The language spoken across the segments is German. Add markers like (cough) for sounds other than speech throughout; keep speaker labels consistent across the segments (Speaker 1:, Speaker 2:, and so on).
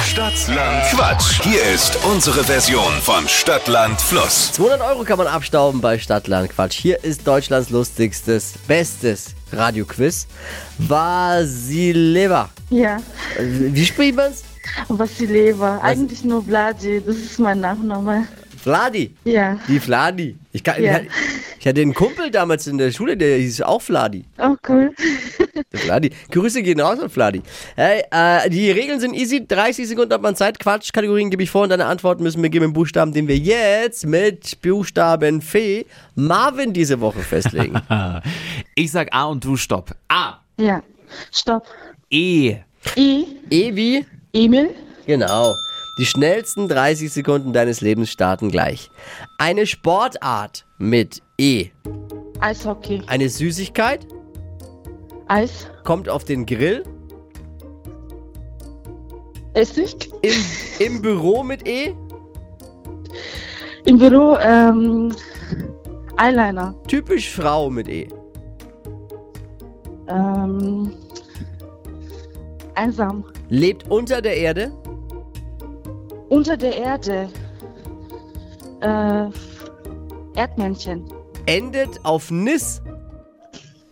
Speaker 1: Stadtland Quatsch. Hier ist unsere Version von Stadtland Fluss.
Speaker 2: 200 Euro kann man abstauben bei Stadtland Quatsch. Hier ist Deutschlands lustigstes, bestes Radioquiz. Vasileva.
Speaker 3: Ja,
Speaker 2: Äh, Wie spricht man's?
Speaker 3: Vasileva. Eigentlich nur Vladi, das ist mein Nachname.
Speaker 2: Vladi.
Speaker 3: Ja,
Speaker 2: Die Vladi. Ich, kann,
Speaker 3: Ja.
Speaker 2: ich hatte einen Kumpel damals in der Schule, der hieß auch Vladi.
Speaker 3: oh cool. (laughs)
Speaker 2: Der Vladi. Grüße gehen raus an Vladi. Hey, äh, die Regeln sind easy. 30 Sekunden hat man Zeit. Quatsch. Kategorien gebe ich vor und deine Antworten müssen wir geben im Buchstaben, den wir jetzt mit Buchstaben Fee Marvin diese Woche festlegen.
Speaker 4: Ich sag A und du stopp. A.
Speaker 3: ja, stopp.
Speaker 4: E.
Speaker 3: I,
Speaker 2: Ewi.
Speaker 3: Emil,
Speaker 2: Genau. Die schnellsten 30 Sekunden deines Lebens starten gleich. Eine Sportart mit E.
Speaker 3: Eishockey,
Speaker 2: Eine Süßigkeit
Speaker 3: Eis,
Speaker 2: kommt auf den Grill.
Speaker 3: Essig.
Speaker 2: Im, im Büro mit E.
Speaker 3: Im Büro, ähm, Eyeliner,
Speaker 2: Typisch Frau mit E.
Speaker 3: ähm, einsam.
Speaker 2: Lebt unter der Erde.
Speaker 3: Unter der Erde, äh, Erdmännchen,
Speaker 2: Endet auf Nis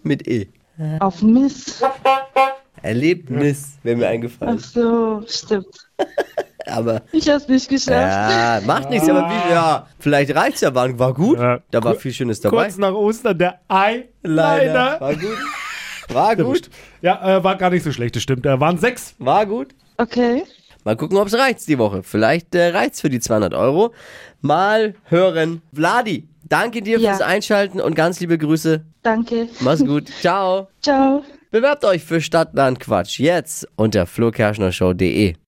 Speaker 2: mit E.
Speaker 3: auf Mist.
Speaker 2: Erlebnis, wäre mir
Speaker 3: Ach
Speaker 2: eingefallen.
Speaker 3: so, stimmt.
Speaker 2: Aber
Speaker 3: Ich hab's nicht geschafft.
Speaker 2: ja, macht nichts, aber wie, ja, vielleicht reicht's ja, war, war gut.
Speaker 5: Ja.
Speaker 2: Da war viel Schönes dabei.
Speaker 5: Kurz nach Ostern der Eyeliner.
Speaker 2: War gut.
Speaker 5: (laughs)
Speaker 2: War gut.
Speaker 5: Ja, äh, war gar nicht so schlecht, das stimmt. Äh, waren sechs.
Speaker 2: War gut.
Speaker 3: Okay.
Speaker 2: Mal gucken, ob es reizt die Woche. Vielleicht äh, reizt für die 200 Euro. Mal hören. Vladi, danke dir
Speaker 3: Ja.
Speaker 2: fürs Einschalten und ganz liebe Grüße.
Speaker 3: Danke.
Speaker 2: Mach's gut. Ciao.
Speaker 3: Ciao.
Speaker 2: Bewerbt euch für Stadtland Quatsch jetzt unter flokerschnershow.de.